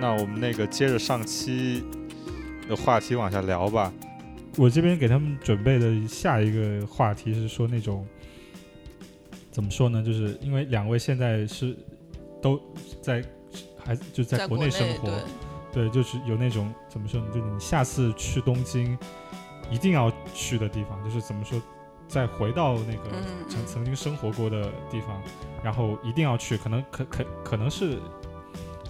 那我们那个接着上期的话题往下聊吧。我这边给他们准备的下一个话题是说那种怎么说呢？就是因为两位现在是都在还就在国内生活，对对，就是有那种怎么说呢？就你下次去东京一定要去的地方，就是怎么说，再回到那个嗯曾嗯曾经生活过的地方，然后一定要去，可能可可可能是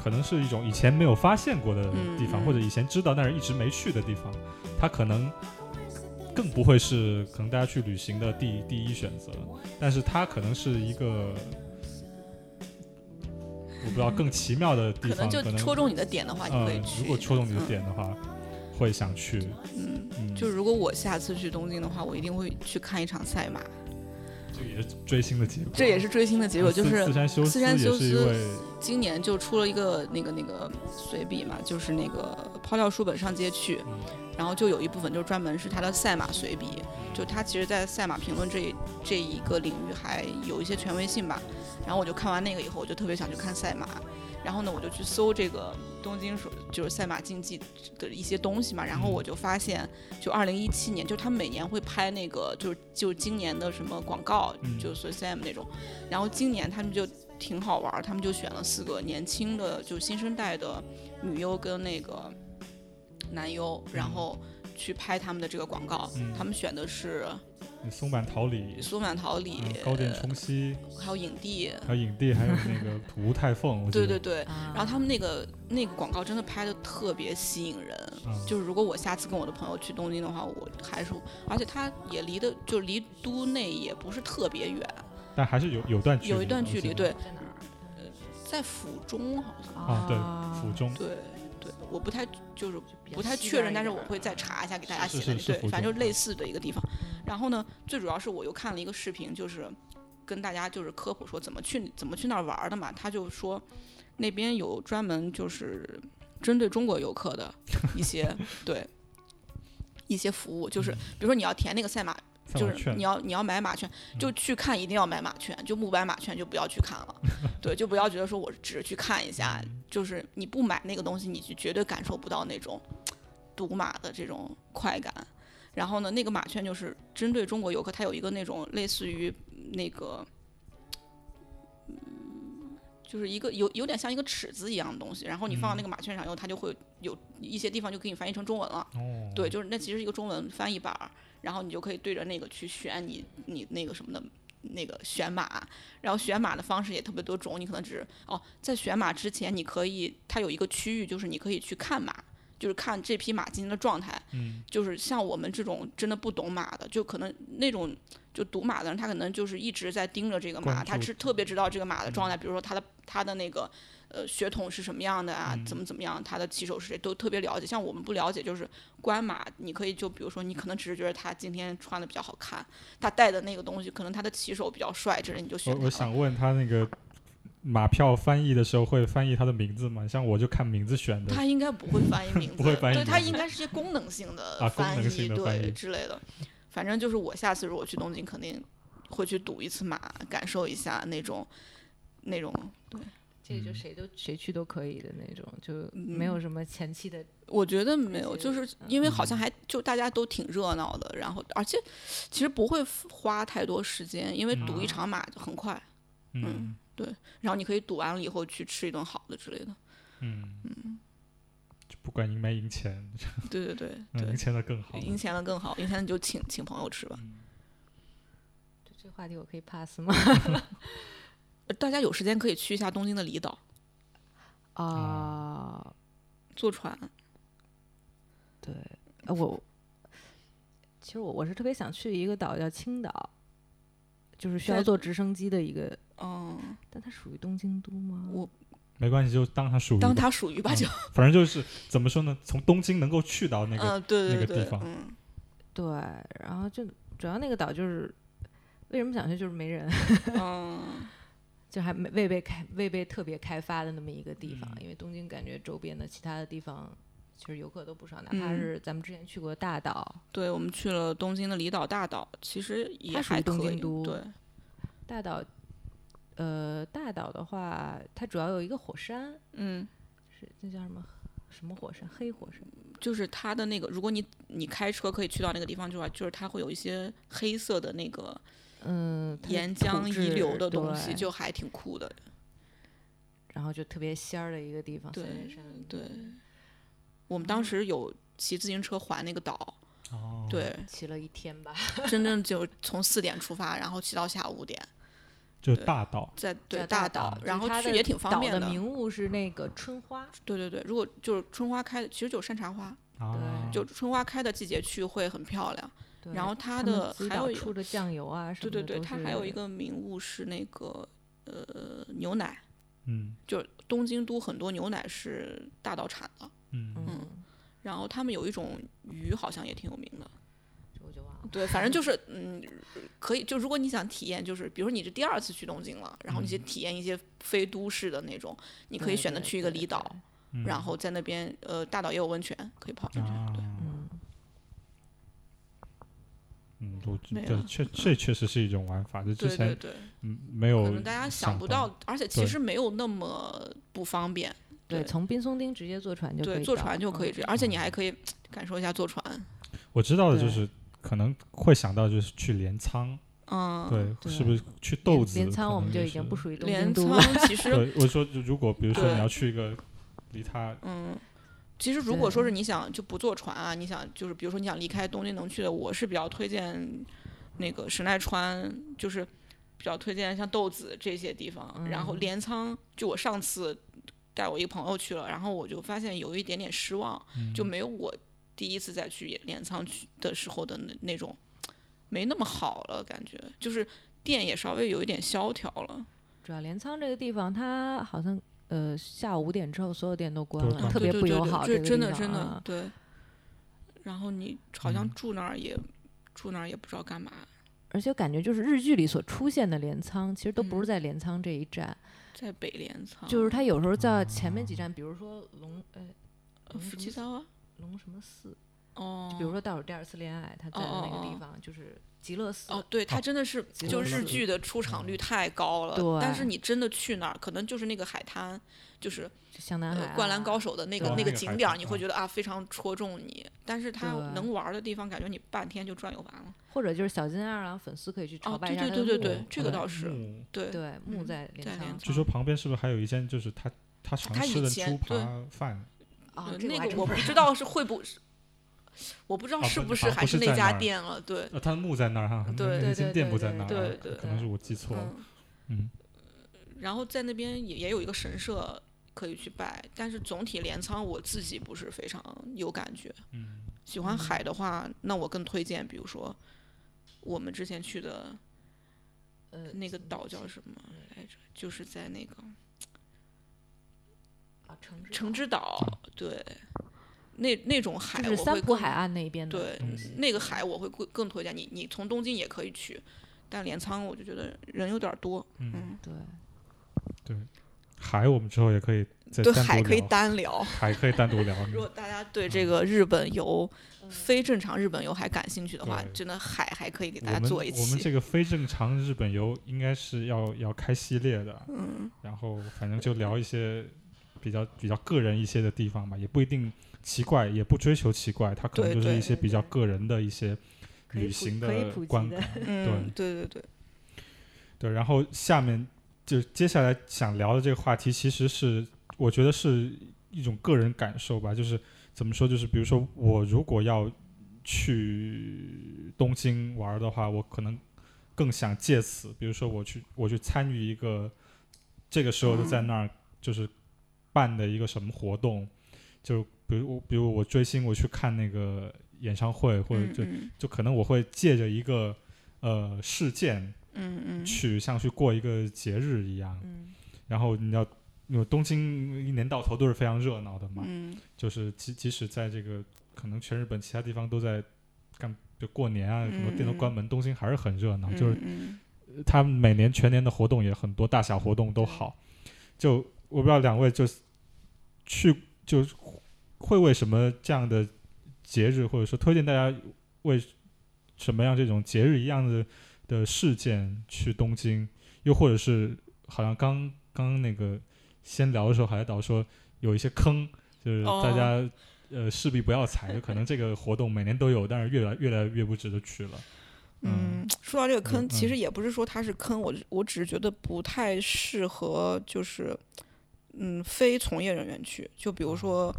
可能是一种以前没有发现过的地方，嗯嗯或者以前知道但是一直没去的地方，它可能更不会是可能大家去旅行的第第一选择，但是它可能是一个。我不知道更奇妙的地可方，能可就能戳中你的点的啊话，你呃会，去。如果戳中你的点的话，会想去。嗯，嗯，就如果我下次去东京的话，我一定会去看一场赛马。这也是追星的结果。这也是追星的结果，就四是四山修斯四山也修是一斯位，今年就出了一个那个那个随笔嘛，就是那个抛掉书本上街去，嗯然后就有一部分就专门是他的赛马随笔，就他其实，在赛马评论这一这一个领域还有一些权威性吧。然后我就看完那个以后，我就特别想去看赛马。然后呢，我就去搜这个东京说就是赛马竞技的一些东西嘛。然后嗯我就发现，就二零一七年，就他每年会拍那个，就是就今年的什么广告，嗯就所以 Sam 那种。然后今年他们就挺好玩儿，他们就选了四个年轻的，就新生代的女优跟那个男优，然嗯后去拍他们的这个广告。嗯他们选的是松坂桃李、苏满桃李，嗯高见冲希，还有影帝，还有影帝，还有那个吴太凤。我记对得对，对。然后然他们那个那个广告真的拍的特别吸引人，嗯就是如果我下次跟我的朋友去东京的话，我还是，而且它也离的就离都内也不是特别远，但还是有有段距离的，有一段距离，对，呃在哪儿？在府中好像，啊对，府中对对，我不太就是就比较不太西确边认，一但是点我儿会再查一下给大家是写是的，是对福，反州正就类似的一个地方。然后呢，最主要是我又看了一个视频，就是跟大家就是科普说怎么去怎么去那儿玩儿的嘛。他就说那边有专门就是针对中国游客的一些对一些服务，就是比如说你要填那个赛马，赛就马是券你。要你要买马券，就去看一定要买马券，就不买马券就不要去看了。对，就不要觉得说我只是去看一下，就是你不买那个东西，你就绝对感受不到那种赌马的这种快感。然后呢，那个马券就是针对中国游客，它有一个那种类似于那个，嗯，就是一个有有点像一个尺子一样的东西，然后你放到那个马券上以后，它就会有一些地方就给你翻译成中文了。哦，对，，就是那其实是一个中文翻译板儿，然后你就可以对着那个去选你你那个什么的。那个选马，然后选马的方式也特别多种，你可能只哦，在选马之前，你可以它有一个区域，就是你可以去看马，就是看这匹马今天的状态，嗯，就是像我们这种真的不懂马的，就可能那种就赌马的人，他可能就是一直在盯着这个马，关他注嗯知特别知道这个马的状态，比如说他的他的那个呃血统是什么样的啊，嗯怎么怎么样，他的骑手是谁，都特别了解。像我们不了解，就是观马，你可以就比如说，你可能只是觉得他今天穿的比较好看，他戴的那个东西，可能他的骑手比较帅，这人你就选我他我了想问他那个马票翻译的时候会翻译他的名字吗？像我就看名字选的，他应该不会翻译名 字，不会翻译对，他名字应该是些功能性的啊功翻译，能性的翻译对之类的。反正就是我下次如果去东京，肯定会去赌一次马，感受一下那种那种。这就嗯谁都谁去都可以的那种，就没有什么前期的嗯我觉得没有，而且就是因为好嗯像还就大家都挺热闹的，然后而且其实不会花太多时间，因为赌一场马就很快，嗯然后你可以赌完了以后去吃一顿好的之类的。嗯嗯，就不管赢没赢钱，对对对嗯 赢对，钱的更好。嗯赢钱了更好，赢钱了你就请请朋友吃吧。这话题我可以 pass 吗？呃大家有时间可以去一下东京的离岛， 嗯啊、坐船。对，呃我其实我我是特别想去一个岛叫青岛，就是需要在坐直升机的一个，嗯，但它属于东京都吗？我没关系，就当它属于当吧它属于吧，嗯就反正就是怎么说呢，从东京能够去到那个，嗯，对那对个对地方，嗯，对，然后就主要那个岛就是为什么想去，就是没人，嗯，就还没未被开未被特别开发的那么一个地方，嗯因为东京感觉周边的其他的地方其实游客都不少，哪怕嗯是咱们之前去过的大岛，对，我们去了东京的离岛大岛，其实也它属于还东可京以，都对，大岛，呃，大岛的话，它主要有一个火山，嗯，是那叫什么什么火山？黑火山？就是它的那个，如果你你开车可以去到那个地方之外，就是它会有一些黑色的那个嗯，它岩土浆遗质留的东西，对就还挺酷的。然后就特别仙儿的一个地方，对三联山里面对，我嗯们当时有骑自行车环那个岛，哦，对，骑了一天吧，真正就从四点出发，然后骑到下午五点，就对大岛，在对叫大岛岛，，就是然后它去的也挺方岛便的名物是那个春花，对对对，如果就是春花开的，其实就是山茶花，啊，就春花开的季节去会很漂亮。嗯对然后它他们的自己还岛有一出的酱油啊什对么对的，对，都它是还有一个名物是那个呃牛奶，嗯就是东京都很多牛奶是大岛产的，嗯，嗯，然后他们有一种鱼好像也挺有名的。这我就忘了，对，反正就是嗯，可以就如果你想体验，就是比如说你是第二次去东京了，然后嗯你去体验一些非都市的那种，你可以对选择对去一个对离对岛，嗯然后在那边呃大岛也有温泉，可以泡温泉。对，啊，嗯，嗯，我没这了确这确实是一种玩法，就之对对前对，嗯没有可能大家想不到，到，而且其对实没有那么不方便。对，对从冰松町直接坐船就可对，以，嗯坐船就可以，这，嗯样，而且你还可以感受一下坐船。我知道的就对是可能会想到就是去镰仓，嗯，对，对是不是去镰豆子？镰仓我们就就已经不是属于东京镰都仓了，其实，对，我说就如果比如说对你要去一个离它嗯，其实如果说对嗯是你想就不坐船啊，你想就是比如说你想离开东京能去的，我是比较推荐那个神奈川，就是比较推荐像豆子这些地方。然后嗯镰仓，就我上次带我一个朋友去了，然后我就发现有一点点失望，嗯就没有我第一次再去镰仓去的时候的那那种没那么好了，感觉就是店也稍微有一点萧条了。主要镰仓这个地方，它好像呃下午五点之后所有店都关都了，关特啊对别对不对友对好，这个真地的方真的啊对。然后你好像嗯住那儿也、住那儿也不知道干嘛，而且感觉就是日剧里所出现的镰仓，其实都不是嗯哦在镰仓这一站，在北镰仓就是它有时候哦在前面几站，比如说龙呃呃福吉山萨啊，龙什么寺，哦，就比如说倒数第二次恋爱，它在的那个哦哦地哦方就是极乐寺，哦，对，它哦真的是吉就隆日寺剧的出场率太高了，但是嗯对你真的去那儿，可能就是那个海滩，就是就湘南海呃啊、灌篮高手的那个对那那个个景海点儿，滩你会嗯觉得啊非常戳中你，但是它对能玩儿的地方，感觉你半天就转悠完了。或者就是小金二郎粉丝可以去哦，朝拜对一下对他对的对墓嗯对，这哦个对倒是木对，对墓嗯在在镰镰仓据说旁边是不是还有一间就是他他常他以吃的前猪对扒饭？啊呃，这那还真个我不不知知道是会不是，我不知道啊是不是啊还不是是那在家那儿店了，对，呃，他的墓在那儿哈，对那对那间对店不对在那儿啊，对对可能是我记错了。嗯，嗯，然后在那边也也有一个神社可以去拜，但是总体镰仓我自己不是非常有感觉。嗯，喜欢海的话，那我更推荐，比如说我们之前去的呃那个岛叫什么来着？就是在那个啊城之橙岛之岛，对，那那种海就我是三会浦更海岸那一边的对东嗯西，那个海我会更更推荐你，你从东京也可以去，但镰仓我就觉得人有点儿多，嗯嗯，对海我们之后也可以再对单海独可以聊单聊。海可以单独聊。 嗯如果大家对这个日本游、非正常日本游还感兴趣的话，对真的海还可以给我大家们做一我们期。这个非正常日本游应该是要要开系列的， 嗯，然后反正就聊一些比较比较个人一些的地方吧，也不一定奇怪，也不追求奇怪，它可能对就是对一些对比较对个人的一些可以旅普行可以的普及观的感。嗯，对对对，对，然后下面就接下来想聊的这个话题，其实是我觉得是一种个人感受吧，就是怎么说，就是比如说我如果要去东京玩儿的话，我可能更想借此，比如说我去我去参与一个这个时候就在那儿就是办的一个什么活动，就比如我比如我追星，我去看那个演唱会，或者嗯就、嗯就可能我会借着一个呃事件。嗯嗯，去像去过一个节日一样。嗯然后你要，因为东京一年到头都是非常热闹的嘛，嗯就是即即使在这个可能全日本其他地方都在干，就过年啊，嗯什么店都关门，东京还是很热闹，嗯，就是嗯它每年全年的活动也很多，大小活动都好。就我不知道两位就是去就会为什么这样的节日，或者说推荐大家为什么样这种节日一样的呃的事件去东京，又或者是好像刚刚那个先聊的时候，海岛说有一些坑，就是哦大家、呃势必不要踩，就可能这个活动每年都有，但是越来越来越不值得去了。嗯嗯，说到这个坑，嗯其实也不是说它是坑，我我只是觉得不太适合，就是嗯，非从业人员去。就比哦如说，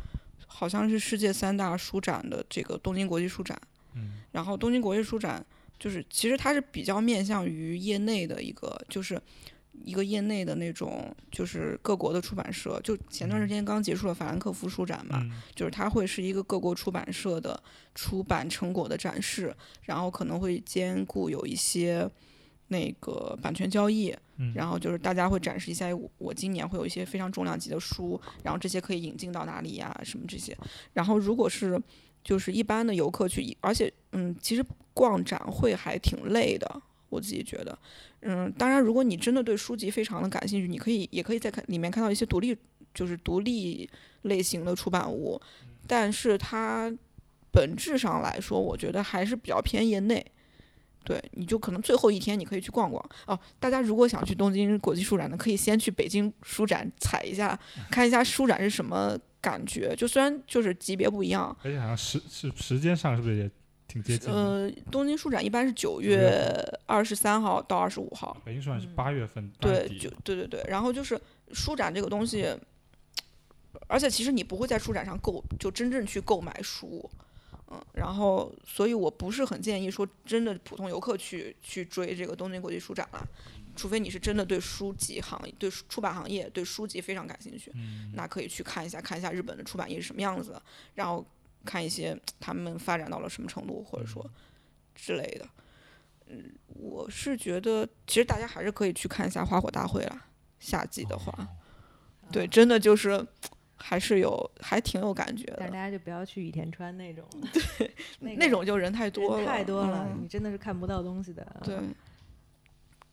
好像是世界三大书展的这个东京国际书展，嗯然后东京国际书展就是其实它是比较面向于业内的一个，就是一个业内的那种，就是各国的出版社。就前段时间刚结束了法兰克福书展嘛，嗯就是它会是一个各国出版社的出版成果的展示，然后可能会兼顾有一些那个版权交易，嗯，然后就是大家会展示一下我我今年会有一些非常重量级的书，然后这些可以引进到哪里呀、什么这些。然后如果是就是一般的游客去，而且嗯，其实逛展会还挺累的，我自己觉得。嗯，当然，如果你真的对书籍非常的感兴趣，你可以也可以在看里面看到一些独立就是独立类型的出版物，但是它本质上来说，我觉得还是比较偏业内。对，你就可能最后一天你可以去逛逛哦。大家如果想去东京国际书展呢，可以先去北京书展踩一下，看一下书展是什么感觉。就虽然就是级别不一样，而且好像时是时间上是不是也挺接近的？呃，东京书展一般是九月月二十三号到二十五号，北京书展是嗯八月份，八月对，底就对对对。然后就是书展这个东西，而且其实你不会在书展上购，就真正去购买书，嗯。然后，所以我不是很建议说真的普通游客去去追这个东京国际书展了，除非你是真的对书籍行业、对书出版行业、对书籍非常感兴趣，嗯那可以去看一下，看一下日本的出版业是什么样子的，然后看一些他们发展到了什么程度，或者说之类的。嗯，我是觉得其实大家还是可以去看一下花火大会啦，夏季的话，对，真的就是还是有还挺有感觉 但是大的，家就不要去羽田川那种了，那那个种就人太人多了，太多了，嗯嗯你真的是看不到东西的。对，，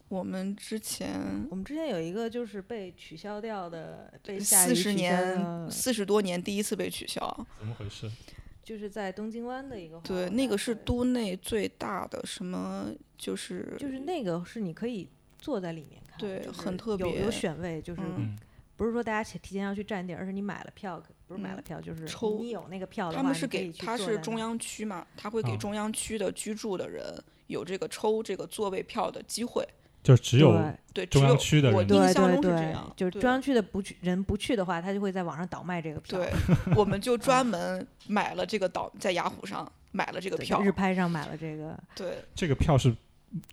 我们之前我们之前有一个就是被取消掉的，被下雨呃四十取消年的哦四十多年第一次被取消，怎么回事？就是在东京湾的一个花对，火那大个是会都内最大的什么就是就是那个是你可以坐在里面看，对就是很特有别有选位，就是嗯不是说大家提提前要去占地儿，而是你买了票，不是买了票，就是嗯抽你有那个票的话，他们是你可给以去他坐是在中那儿，央区嘛，他会啊给中央区的居住的人有这个抽这个座位票的机会。就只有对，对中只央有区的人我印对象对中是这对样，，就是对中央区的不去人不去的话，他就会在网上倒卖这个票，嗯对，我们 就专门买了这个岛，在雅虎上买了这个对票日，拍上买了这个，对，这个票是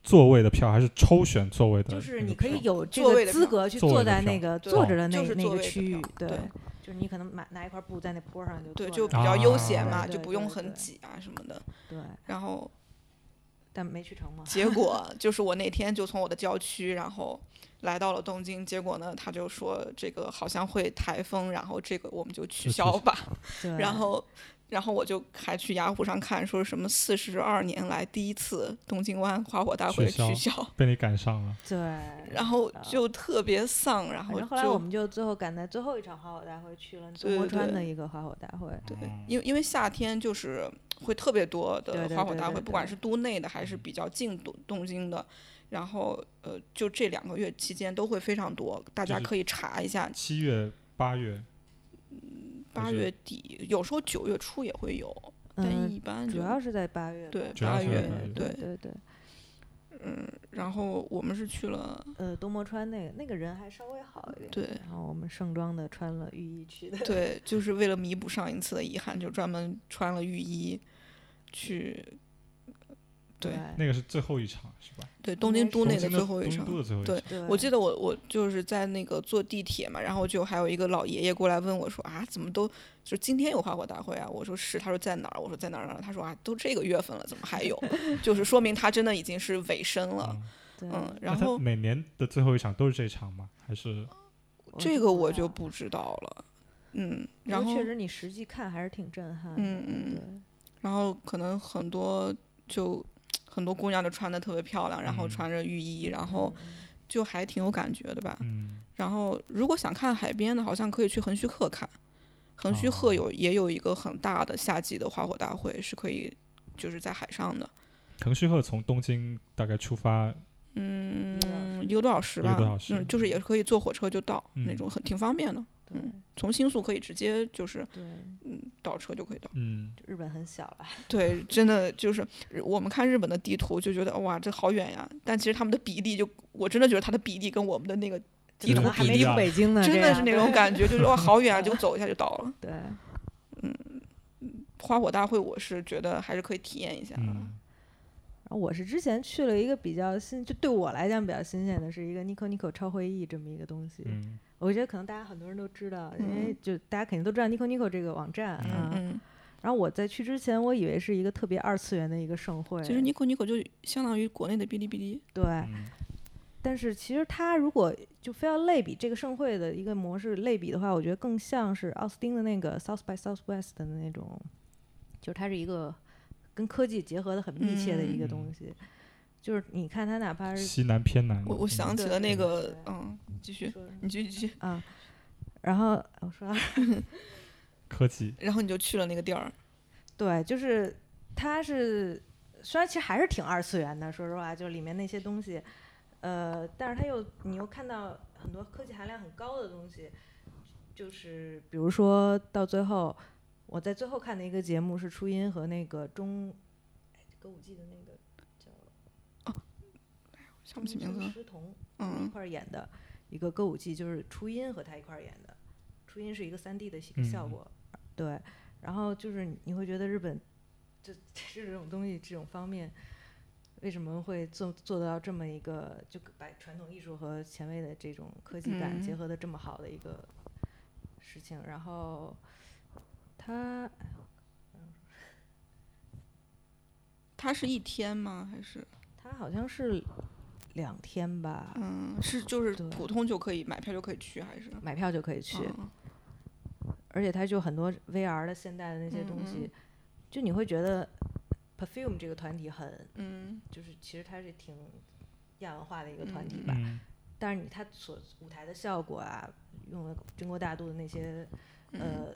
座位的票还是抽选座位的那就个票？是你可以有这座位个的资票格去座坐位的在票那个对坐着的那就是那座个位的区域票，对对，就是你可能买拿一块布在那坡上就对，就坐比着较悠闲啊嘛，对就对不用对很对挤啊什么的。对，然后但没去成嘛，结果就是我那天就从我的郊区，然后来到了东京，结果呢，他就说这个好像会台风，然后这个我们就取就取消消吧。 对，然后，然后我就还去雅虎上看，说什么四十二年来第一次东京湾花火大会取消取消， 被你赶上了，对，然后就特别丧，然啊反后正后来我就们就最后赶在最后一场花火大会去了对东郭对川对的一个花火大会，对，因为因为夏天就是会特别多的对对花火对大对会，对不管是都内的还是比较近东东京的，然后呃，就这两个月期间都会非常多，大就家是可以查一下，七月、八月，还八是月底有时候九月初也会有，但嗯，一般主就要是在八月吧，对主要八是月八月对，对对，嗯，然后我们是去了。呃，东郭川那个那个人还稍微好一点，对然后我们盛装的穿了浴衣去的，对，就是为了弥补上一次的遗憾，就专门穿了浴衣去。对那个是最后一场是吧？对，东京都应该内东京的最后一东京场都。的最后一对场，对，我记得我我就是在那个坐地铁嘛，然后就还有一个老爷爷过来问我说啊，怎么都就今天有花火大会啊？我说是，他说在哪儿？我说在哪儿哪儿哪儿？他说啊，都这个月份了，怎么还有？ 就是说明他真的已经是尾声了。嗯对，嗯，那然他后每年的最后一场都是这一场吗？还是我这就个知我道就，不知道了。嗯，不然过后确实你实际看还是挺震撼的，嗯嗯对。然后可能很多就很多姑娘就穿的特别漂亮，然后嗯穿着浴衣，然后就还挺有感觉的吧。嗯，然后如果想看海边的，好像可以去横须贺看，横须贺哦有也有一个很大的夏季的花火大会，是可以就是在海上的，腾讯鹤从东京大概出发，嗯一个多小，一个多小时一个吧，多小时嗯，就是也是可以坐火车就到、那嗯种很挺方便的，对从新宿可以直接就是对，嗯倒车就可以到。嗯，就日本很小啊了，对，真的就是日我们看日本的地图就觉得哇，这好远呀！但其实他们的比例就，我真的觉得它的比例跟我们的那个地嗯图可能不还一没比有样北京呢，真这的样是那种感觉，就是哇，好远 啊，就走一下就到了。对。花火大会，我是觉得还是可以体验一下的。嗯，然后我是之前去了一个比较新，就对我来讲比较新鲜的是一个 Nico Nico 超会议这么一个东西，嗯，我觉得可能大家很多人都知道，因嗯为就大家肯定都知道 Nico Nico 这个网站啊。嗯，然后我在去之前，我以为是一个特别二次元的一个盛会，其实 Nico Nico 就相当于国内的哔哩哔哩。对，嗯但是其实它如果就非要类比这个盛会的一个模式类比的话，我觉得更像是奥斯汀的那个 South by Southwest 的那种，就是它是一个跟科技结合的很密切的一嗯个东西。就是你看它哪怕是西南偏南，我我想起对了那对个对，嗯，继续，说你继续继续。啊，然后我说 到科技，然后你就去了那个地儿，对，就是它是虽然其实还是挺二次元的，说实话，就是里面那些东西，呃，但是它又你又看到很多科技含量很高的东西，就是比如说到最后，我在最后看的一个节目是初音和那个中哎歌舞伎的那个想不起名中字村了。诗童一嗯块儿演的一个歌舞伎，就是初音和他一块儿演的。初音是一个三 D 的一个效嗯果，对。然后就是你你会觉得日本就 这种东西这种方面，为什么会做做到这么一个就把传统艺术和前卫的这种科技感嗯结合的这么好的一个事情？然后他它是一天吗？还是他好像是两天吧，嗯，是就是对普通就可以买票就可以去，还是？买票就可以去。嗯而且它就很多 VR 的现代的那些东嗯西，嗯就你会觉得 Perfume 这个团体很，嗯就是其实它是挺亚文化的一个团体吧，嗯但是你它所舞台的效果啊，用了中国大陆的那些嗯呃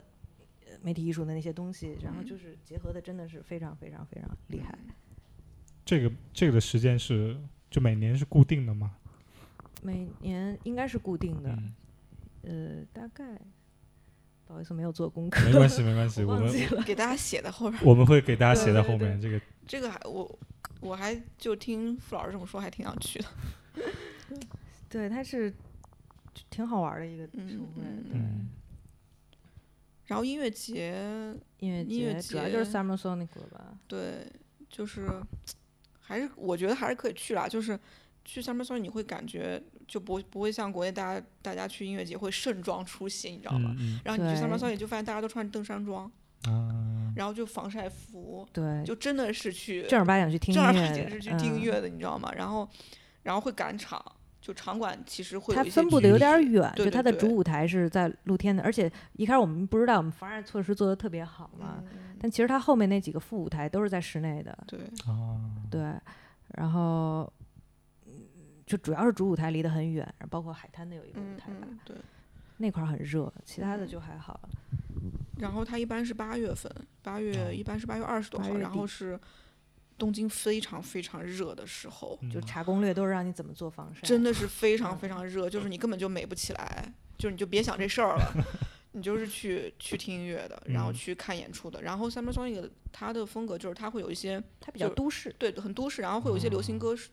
媒体艺术的那些东西，然后嗯就是结合的真的是非常非常非常嗯厉害。这个这个的时间是就每年是固定的吗？每年应该是固定的，嗯，呃，大概不好意思没有做功嗯课， 没关系没关 系， 我我忘们记了。给大家写在后边儿。我们会给大家对写在对后对面这个这个还我我还就听付老师这么说，还挺想去的。对，它是就挺好玩的一个嗯盛会，嗯对。嗯然后音乐节，音乐音乐节，主要就是节 Summer Sonic 了吧？对，就是还是我觉得还是可以去啦，就是。去 Summer Sonic 你会感觉就不不会像国内大家大家去音乐节会盛装出席，你知道吗？嗯然后你去 Summer 对 Sonic 就发现大家都穿登山装，嗯啊，然后就防晒服，对，就真的是去正儿八经去听音正乐儿的，八经是去听嗯音乐的，你知道吗？然后，然后会赶场，就场馆其实会它有一些分布距的有离点儿远，对就它对的主对舞台是在露天的，而且一开始我们不知道我们防晒措施做的特别好嘛，嗯但其实它后面那几个副舞台都是在室内的，对，啊，对，然后嗯就主要是主舞台离得很远，包括海滩的有一个舞嗯台吧，嗯对。那块儿很热，其他的嗯就还好。然后它一般是八月份，八哦月一般是八月二十多八号，月然后底是东京非常非常热的时候，就嗯查攻略都是让你怎么做防晒，真的是非常非常热，就是你根本就美不起来，就是你就别想这事儿了。你就是去去听音乐的，然后嗯去看演出的。然后 Summer Sonic 它的风格就是它会有一些它比较就都市，对，很都市，然后会有一些流行哦歌手，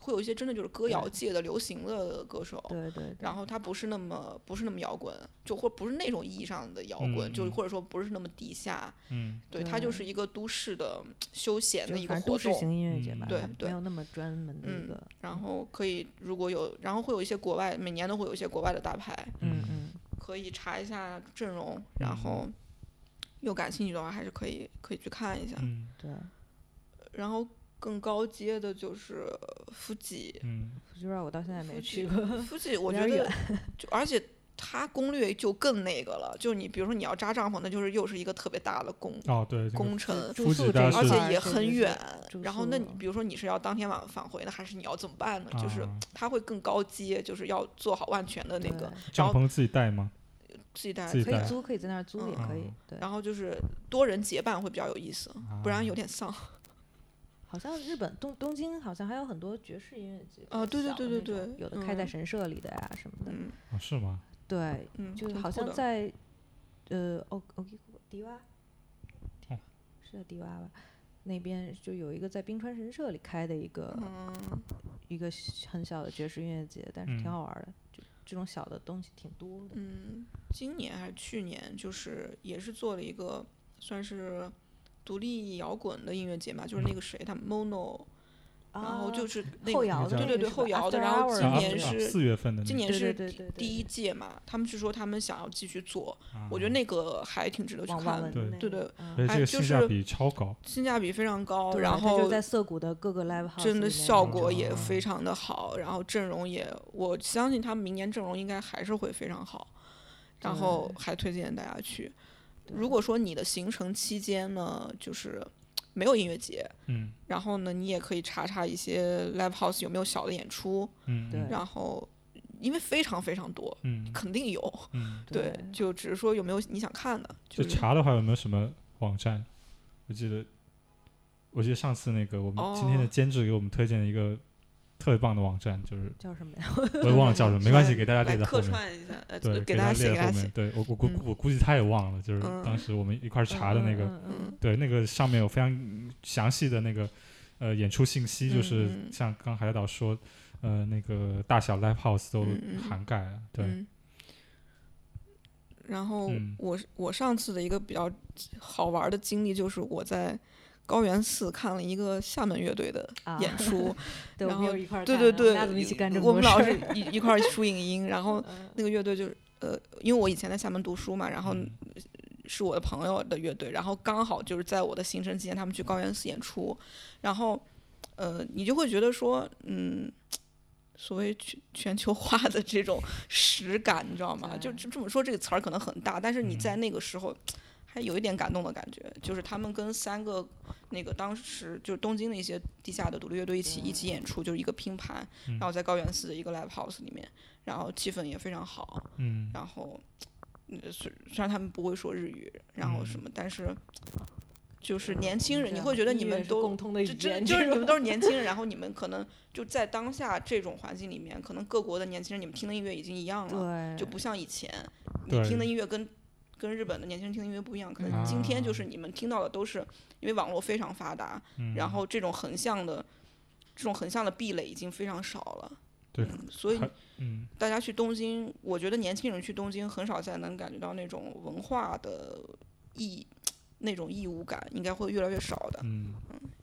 会有一些真的就是歌对谣界的流行的歌手，对对对然后他不是那么不是那么摇滚，就或不是那种意义上的摇滚，嗯就嗯或者说不是那么地下，嗯对，它就对是一个都市的嗯休闲就的一反个正活都市动，型音乐节嗯吧，对它对没有那么专门的一嗯个，然后可以如果有，然后会有一些国外，每年都会有一些国外的大牌，嗯嗯嗯。可以查一下阵容，然后又感兴趣的话，还是可以可以去看一下。嗯对，然后更高阶的就是夫吉，嗯，福州我到现在没附去近过。夫吉我有觉点得就而且。它攻略就更那个了，就你比如说你要扎帐篷，那就是又是一个特别大的工哦对，这个工程，住夫宿子大这一师而块且儿也确很实是远。住然后，那你宿比如说你是要当天晚上返回呢，还是你要怎么办呢？就是啊他会更高阶，就是要做好万全的那个对帐篷自己带吗？自己带自己可带自己以带租，可以在那儿租也嗯可以嗯。对，然后就是多人结伴会比较有意思，啊不啊然有点 丧。好像日本东东京好像还有很多爵士音乐节啊对对小的对对那种对有的开在嗯神社里的呀什么的。嗯，哦是吗？对，嗯，就挺好酷像的在呃哦哦迪洼，哦是在迪洼吧？那边就有一个在冰川神社里开的一个、嗯，一个小很小的爵士音乐节，但是挺嗯好玩的，就这种小的东西挺多的。嗯，今年还是去年，就是也是做了一个算是独立摇滚的音乐节嘛，就是那个谁他们 Mono，、然后就是那嗯啊后个摇的对那对个对是后吧摇的 After 然后 Hour 今那年个是啊四月份的那今个年是对对第对对第一届嘛，他们是说他们想要继续做，我觉得啊那个还挺值得去王看的王文，对的那对个对而且嗯这哎个就性价是比超高，性价比非常高，对然它就是后在涩谷的各个 live house 真里的面嗯效有果这也嗯种非常的好，然后阵容也，我相信他们明年阵容应该还是会非常好，然后还推荐大家去。如果说你的行程期间呢，就是没有音乐节，嗯然后呢，你也可以查查一些 live house 有没有小的演出，嗯，对然后因为非常非常多，嗯肯定有，嗯，对，对就只是说有没有你想看的，就就是查的话有没有什么网站？我记得，我记得上次那个我们今天的哦监制给我们推荐了一个特别棒的网站，就是叫什么呀？我也忘了叫什 么，没关系，给大家来列在后客面。串一下，呃，对，家大家写，列给在大家后写面。。对我我估嗯我估计他也忘了，就是嗯当时我们一块儿查的那个，嗯，嗯嗯嗯嗯，对，那个上面有非常详细的那个呃演出信息，就是嗯嗯像刚海岛说，呃，那个大小 live house 都嗯嗯嗯涵盖了。对，嗯。然后嗯我我上次的一个比较好玩的经历就是我在高原寺看了一个厦门乐队的啊演出， 对，我然们后有一块儿对干对的我对，们啊俩怎么一起干这么我多们事老儿是一一块儿输影音，然后嗯那个乐队就是呃，因为我以前在厦门读书嘛，然后嗯是我的朋友的乐队，然后刚好就是在我的行程期间，他们去高原寺演出，然后呃，你就会觉得说，嗯，所谓全全球化的这种实感，你知道吗？就对这这么说这个词儿可能很大，但是你嗯在那个时候。还有一点感动的感觉，就是他们跟三个那个当时就是东京的一些地下的独立乐队一起一起演出，就是一个拼盘，嗯然后在高原寺的一个 live house 里面，然后气氛也非常好，嗯然后嗯虽虽然他们不会说日语，然后嗯什么，但是就是年轻人，你会觉得你嗯音乐们啊是都共通的语就真言，的就是这你们种都是年轻人，然后你们可能就在当下这种环境里面，可能各国的年轻人你们听的音乐已经一样了，对，就 不像以前你对听的音乐跟。跟日本的年轻人听的音乐不一样，可嗯能今天就是你们听到的都是因为网络非常发达，嗯，然后这种横向的这种横向的壁垒已经非常少了。对嗯，所以还嗯大家去东京，我觉得年轻人去东京很少再能感觉到那种文化的义，那种义务感，应该会越来越少的。嗯，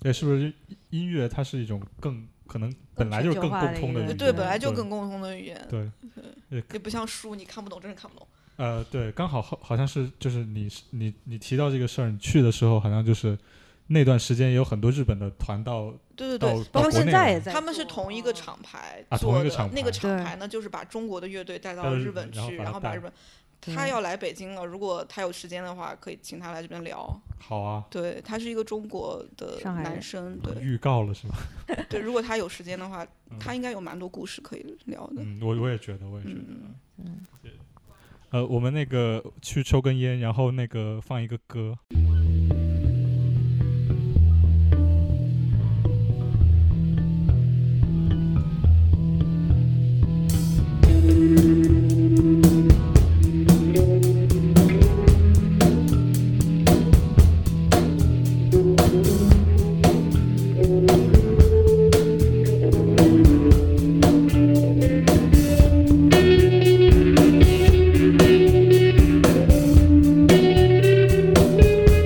对，是不是音乐它是一种更可能本来就是全球更化共的一通个的语对言，对，本来就对更共同的语言，对。也不像书，你看不懂，真是看不懂。呃，对，刚好好好像是就是你是你你提到这个事儿，你去的时候好像就是那段时间也有很多日本的团到对对到对，包到括国现内在来也在做，他们是同一个嗯厂牌啊同做一个的，厂牌那个厂对牌呢，就是把中国的乐队带带到到日日本本然后去，把然它后把带日本。对他要来北京了，如果他有时间的话，可以请他来这边聊。好啊，对他是一个中国的上海人男生，对预告了是吧？对，如果他有时间的话，啊嗯他应该有蛮多故事可以聊的。嗯，我我也觉得，我也觉得。嗯，呃，我们那个去抽根烟，然后那个放一个歌。 thank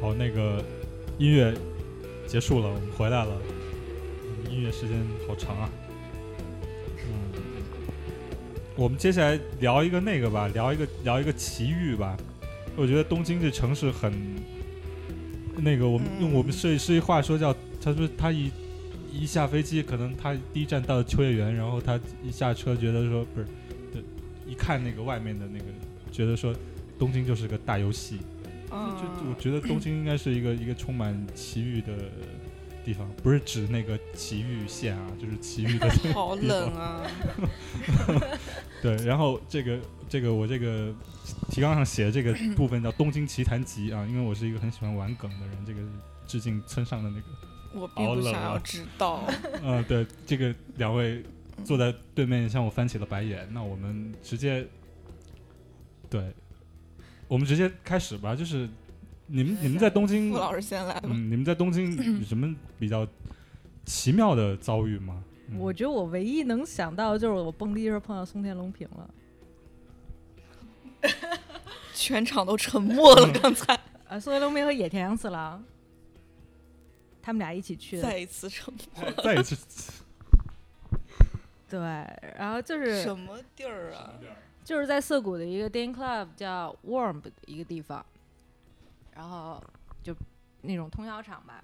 好，那个音乐结束了，我们回来了。嗯音乐时间好长啊。嗯，我们接下来聊一个那个吧，聊一个聊一个奇遇吧。我觉得东京这城市很，那个我们嗯用我们设计师一话说叫，他说他一一下飞机，可能他第一站到秋叶原，然后他一下车觉得说不是，对一看那个外面的那个，觉得说东京就是个大游戏。就我嗯，觉得东京应该是一个一个充满奇遇的地方，不是指那个奇遇县啊，就是奇遇的 好冷啊！对。然后这个这个我这个提纲上写的这个部分叫《东京奇谭集》啊，因为我是一个很喜欢玩梗的人，这个致敬村上的那个，我并不想啊要知 道， 呃，对，这个两位坐在对面向我翻起了白眼，那我们直接，对，我们直接开始吧，就是你们你们在东京傅老师先来吧。嗯，你们在东京有什么比较奇妙的遭遇吗？嗯我觉得我唯一能想到的就是我蹦迪时候碰到松田龙平了。全场都沉默嗯了，刚才啊，松田龙平和野田洋次郎，他们俩一起去的。再一次沉默。再一次，对，然后就是什么地儿啊？就是在涩谷的一个 d a n club 叫 Warm 的一个地方，然后就那种通宵场吧，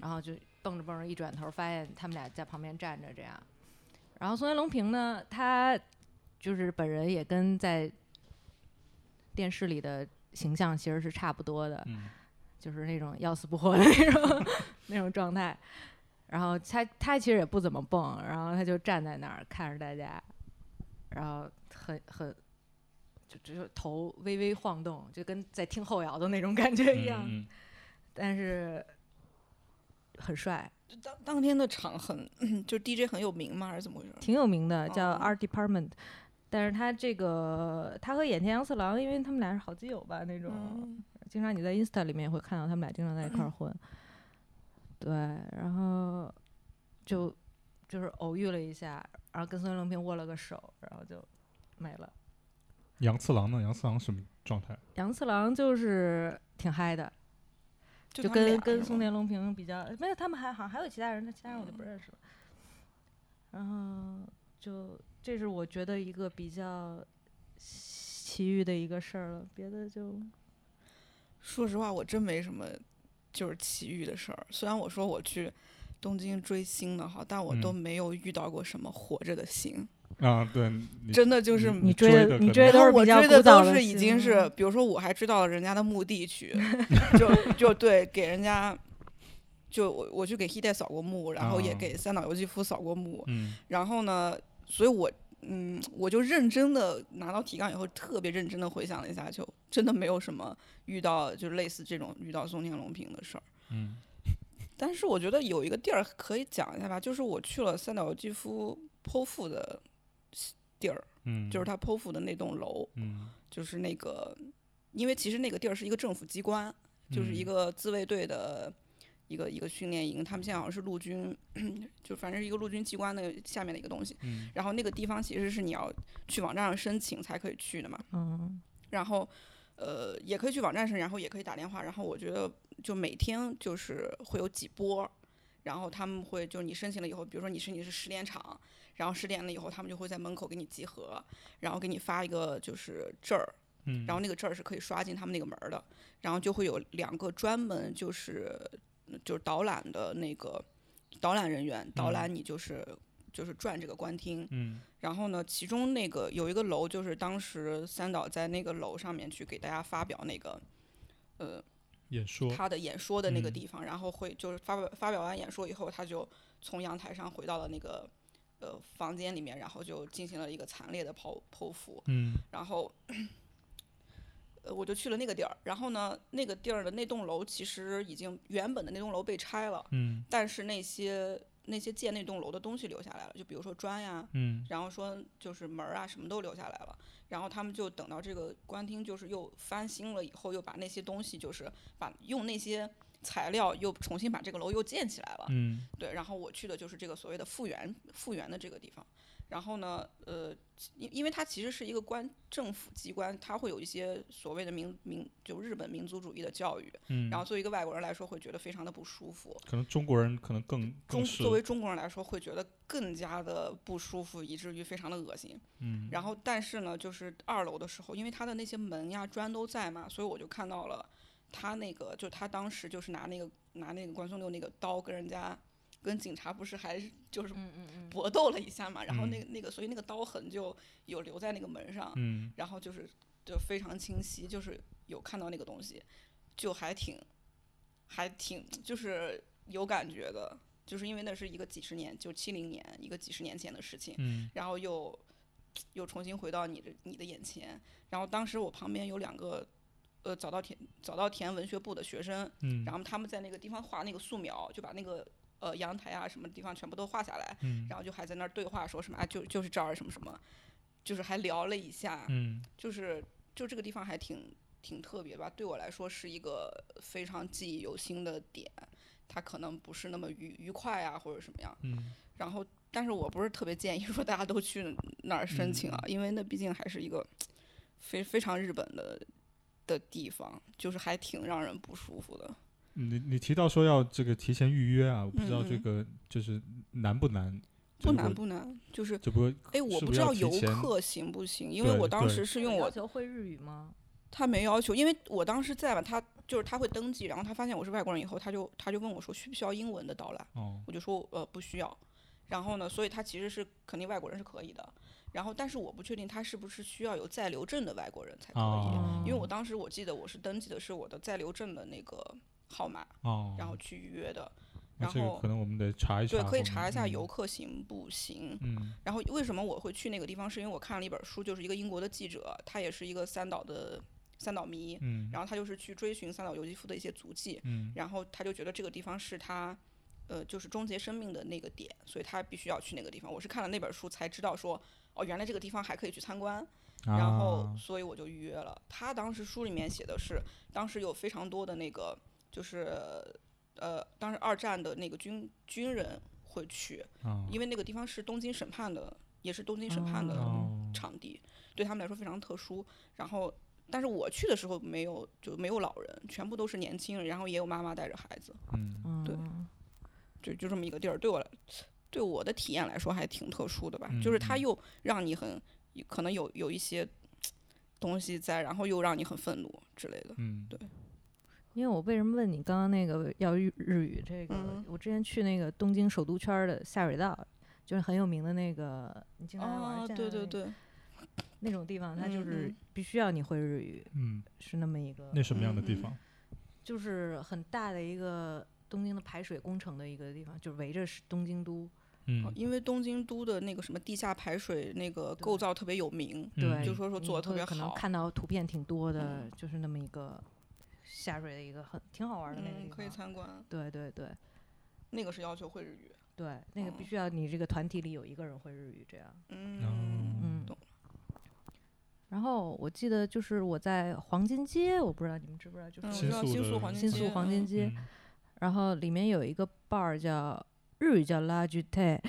然后就蹦着蹦着一转头发现他们俩在旁边站着这样，然后松原龙平呢，他就是本人也跟在电视里的形象其实是差不多的，嗯就是那种要死不活的那种 那种状态。然后他他其实也不怎么蹦，然后他就站在那儿看着大家，然后很很就就是头微微晃动，就跟在听后摇的那种感觉一样，嗯但是很帅，就当当天的场很，就是 DJ 很有名吗？还是怎么回事？挺有名的，叫哦 Art Department。但是他这个他和野田洋次郎，因为他们俩是好基友吧那种，啊嗯，经常你在 Insta 里面会看到他们俩经常在一块儿混，对，然后就就是偶遇了一下，然后跟孙龙平握了个手，然后就没了。杨次郎呢？杨次郎什么状态？杨次郎就是挺嗨的，就他们跟俩跟是松吗田龙平比较，没有他们还好像还有其他人，那其他人我就不认识了。然后就这是我觉得一个比较奇遇的一个事儿了，别的就说实话，我真没什么就是奇遇的事儿。虽然我说我去东京追星的哈，但我都嗯没有遇到过什么活着的星，啊，对，你真的就是。你追追的的你可追能的然都是后哦我比较追的古早都的是已经星是，比如说我还追到了人家的墓地 去，就就对给人家，就我我去给 Hide 扫过墓，然后也哦啊给三岛由纪夫扫过墓，嗯然后呢，所以我嗯，我就认真的拿到提纲以后，特别认真的回想了一下，就真的没有什么遇到就是类似这种遇到松田龙平的事儿。嗯但是我觉得有一个地儿可以讲一下吧，就是我去了三岛由纪夫剖腹的地儿，嗯，就是他剖腹的那栋楼，嗯就是那个，因为其实那个地儿是一个政府机关，就是一嗯个自卫队的一个一个训练营，他们现在好像是陆军， 就反正是一个陆军机关的下面的一个东西。嗯然后那个地方其实是你要去网站上申请才可以去的嘛。嗯然后，呃，也可以去网站申，然后也可以打电话。然后我觉得就每天就是会有几波，然后他们会就你申请了以后，比如说你申请是十点场，然后十点了以后他们就会在门口给你集合，然后给你发一个就是证儿，嗯，然后后那个证儿是可以刷进他们那个门儿的，然后就会有两个专门就是嗯就是导览的那个导览人员导嗯览你就是、就是转这个官厅，嗯然后呢，其中那个有一个楼，就是当时三岛在那个楼上面去给大家发表那个，呃，演说，他的演说的那个嗯地方，然后会就是发表发表完演说以后，他就从阳台上回到了那个呃房间里面，然后就进行了一个惨烈的剖剖腹，嗯然后，呃，我就去了那个地儿，然后呢，那个地儿的那栋楼其实已经原本的那栋楼被拆了，嗯但是那些那些建那栋楼的东西留下来了，就比如说砖呀、嗯然后说就是门儿啊什么都留下来了，然后他们就等到这个官厅就是又翻新了以后，又把那些东西就是把用那些材料又重新把这个楼又建起来了。嗯对，然后我去的就是这个所谓的复原复原的这个地方。然后呢，呃，因因为它其实是一个官政府机关，它会有一些所谓的民民就日本民族主义的教育，嗯，然后作为一个外国人来说会觉得非常的不舒服。可能中国人可能更中更是作为中国人来说会觉得更加的不舒服，以至于非常的恶心。嗯然后但是呢，就是二楼的时候，因为它的那些门呀砖都在嘛，所以我就看到了他那个，就他当时就是拿那个拿那个关松六那个刀跟人家跟警察不是还是就是嗯嗯嗯，搏斗了一下嘛，然后嗯那个那个所以那个刀痕就有留在那个门上，嗯然后就是就非常清晰，就是有看到那个东西，就还挺还挺就是有感觉的，就是因为那是一个几十年就七零年一个几十年前的事情，嗯然后又又重新回到你的你的眼前。然后当时我旁边有两个呃早稻田早稻田文学部的学生，嗯，然后他们在那个地方画那个素描，就把那个呃阳台啊什么地方全部都画下来，嗯然后就还在那儿对话，说什么啊就就是这儿什么什么，就是还聊了一下，嗯就是就这个地方还挺挺特别吧，对我来说是一个非常记忆犹新的点。它可能不是那么愉愉快啊，或者什么样。嗯然后，但是我不是特别建议说大家都去那儿申请啊，嗯因为那毕竟还是一个非非常日本的的地方，就是还挺让人不舒服的。你你提到说要这个提前预约啊，我不知道嗯嗯这个就是难不难？不这难个不难，就是这不，哎，我是不不知是要道提游前客行不行，因为对我当对时是有用要我求会日语吗？他没要求，因为我当时在嘛，他就是他会登记，然后他发现我是外国人以后，他就他就问我说需不需要英文的导览，哦，我就说呃不需要。然后呢，所以他其实是肯定外国人是可以的，然后但是我不确定他是不是需要有在留证的外国人才可以，哦因为我当时我记得我是登记的是我的在留证的那个号码，哦，然后去预约的，那然这个后可能我们得查一查对后面，，可以查一下嗯游，客行不行。嗯然后为什么我会去那个地方，是因为我看了一本书，就是一个英国的记者，他也是一个三岛的三岛迷，嗯然后他就是去追寻三岛由纪夫的一些足迹，嗯然后他就觉得这个地方是他，呃，就是终结生命的那个点，所以他必须要去那个地方。我是看了那本书才知道说，哦，原来这个地方还可以去参观，啊然后所以我就预约了。他当时书里面写的是，当时有非常多的那个就是呃，当时二战的那个军军人会去，哦因为那个地方是东京审判的，也是东京审判的哦场地，对他们来说非常特殊。然后，但是我去的时候没有，就没有老人，全部都是年轻人，然后也有妈妈带着孩子，嗯嗯对就就这么一个地儿，对我来，对我的体验来说还挺特殊的吧。就是它嗯嗯又让你很可能有有一些东西在，然后又让你很愤怒之类的。嗯对因为我为什么问你刚刚那个要日日语这个？嗯我之前去那个东京首都圈儿的下水道，就是很有名的那个，你经常玩儿啊，站对在那对个嗯对，那种地方，它就嗯是嗯必须要你会日语，嗯，是那么一个，那什么样的地嗯方？就是很大的一个东京的排水工程的一个地方，就围着是东京都，嗯哦因为东京都的那个什么地下排水那个对构造特别有名，嗯对，就说说你做得特会别可能好看到图片挺多的，嗯就是那么一个下水的一个很挺好玩的那个嗯，地可以方。参观，对对对那个是要求会日语，对，那个嗯必须要你这个团体里有一个人会日语这样。嗯。哦嗯懂。然后我记得就是我在黄金街，我不知道你们知不知道，就嗯，是新我知道宿新的宿黄金新街宿黄金嗯街，然后里面有一个 bar 叫日语叫 La g u t e